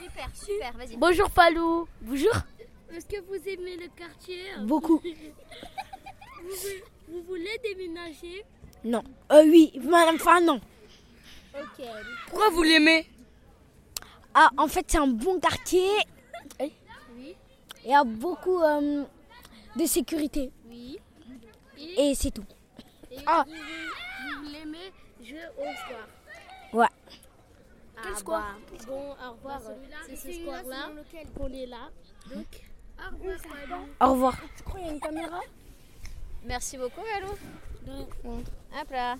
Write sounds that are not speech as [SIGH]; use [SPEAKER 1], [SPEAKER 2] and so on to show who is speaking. [SPEAKER 1] Super, super, vas-y.
[SPEAKER 2] Bonjour Palou. Bonjour.
[SPEAKER 3] Est-ce que vous aimez le quartier
[SPEAKER 2] Beaucoup.
[SPEAKER 3] [LAUGHS] Vous voulez déménager
[SPEAKER 2] Non. Euh, oui, madame, enfin non.
[SPEAKER 3] Ok.
[SPEAKER 4] Pourquoi vous l'aimez
[SPEAKER 2] Ah, en fait, c'est un bon quartier. Oui.
[SPEAKER 3] Oui.
[SPEAKER 2] Il y a beaucoup euh, de sécurité.
[SPEAKER 3] Oui.
[SPEAKER 2] Et c'est tout.
[SPEAKER 3] Et
[SPEAKER 2] Ah.
[SPEAKER 3] vous, vous l'aimez jouer au square
[SPEAKER 2] Ouais.
[SPEAKER 3] Quel square Bon, au revoir. C'est ce square-là qu'on est là. Donc, au revoir. Malou.
[SPEAKER 2] Au revoir.
[SPEAKER 1] Merci beaucoup, Valou. Hop là.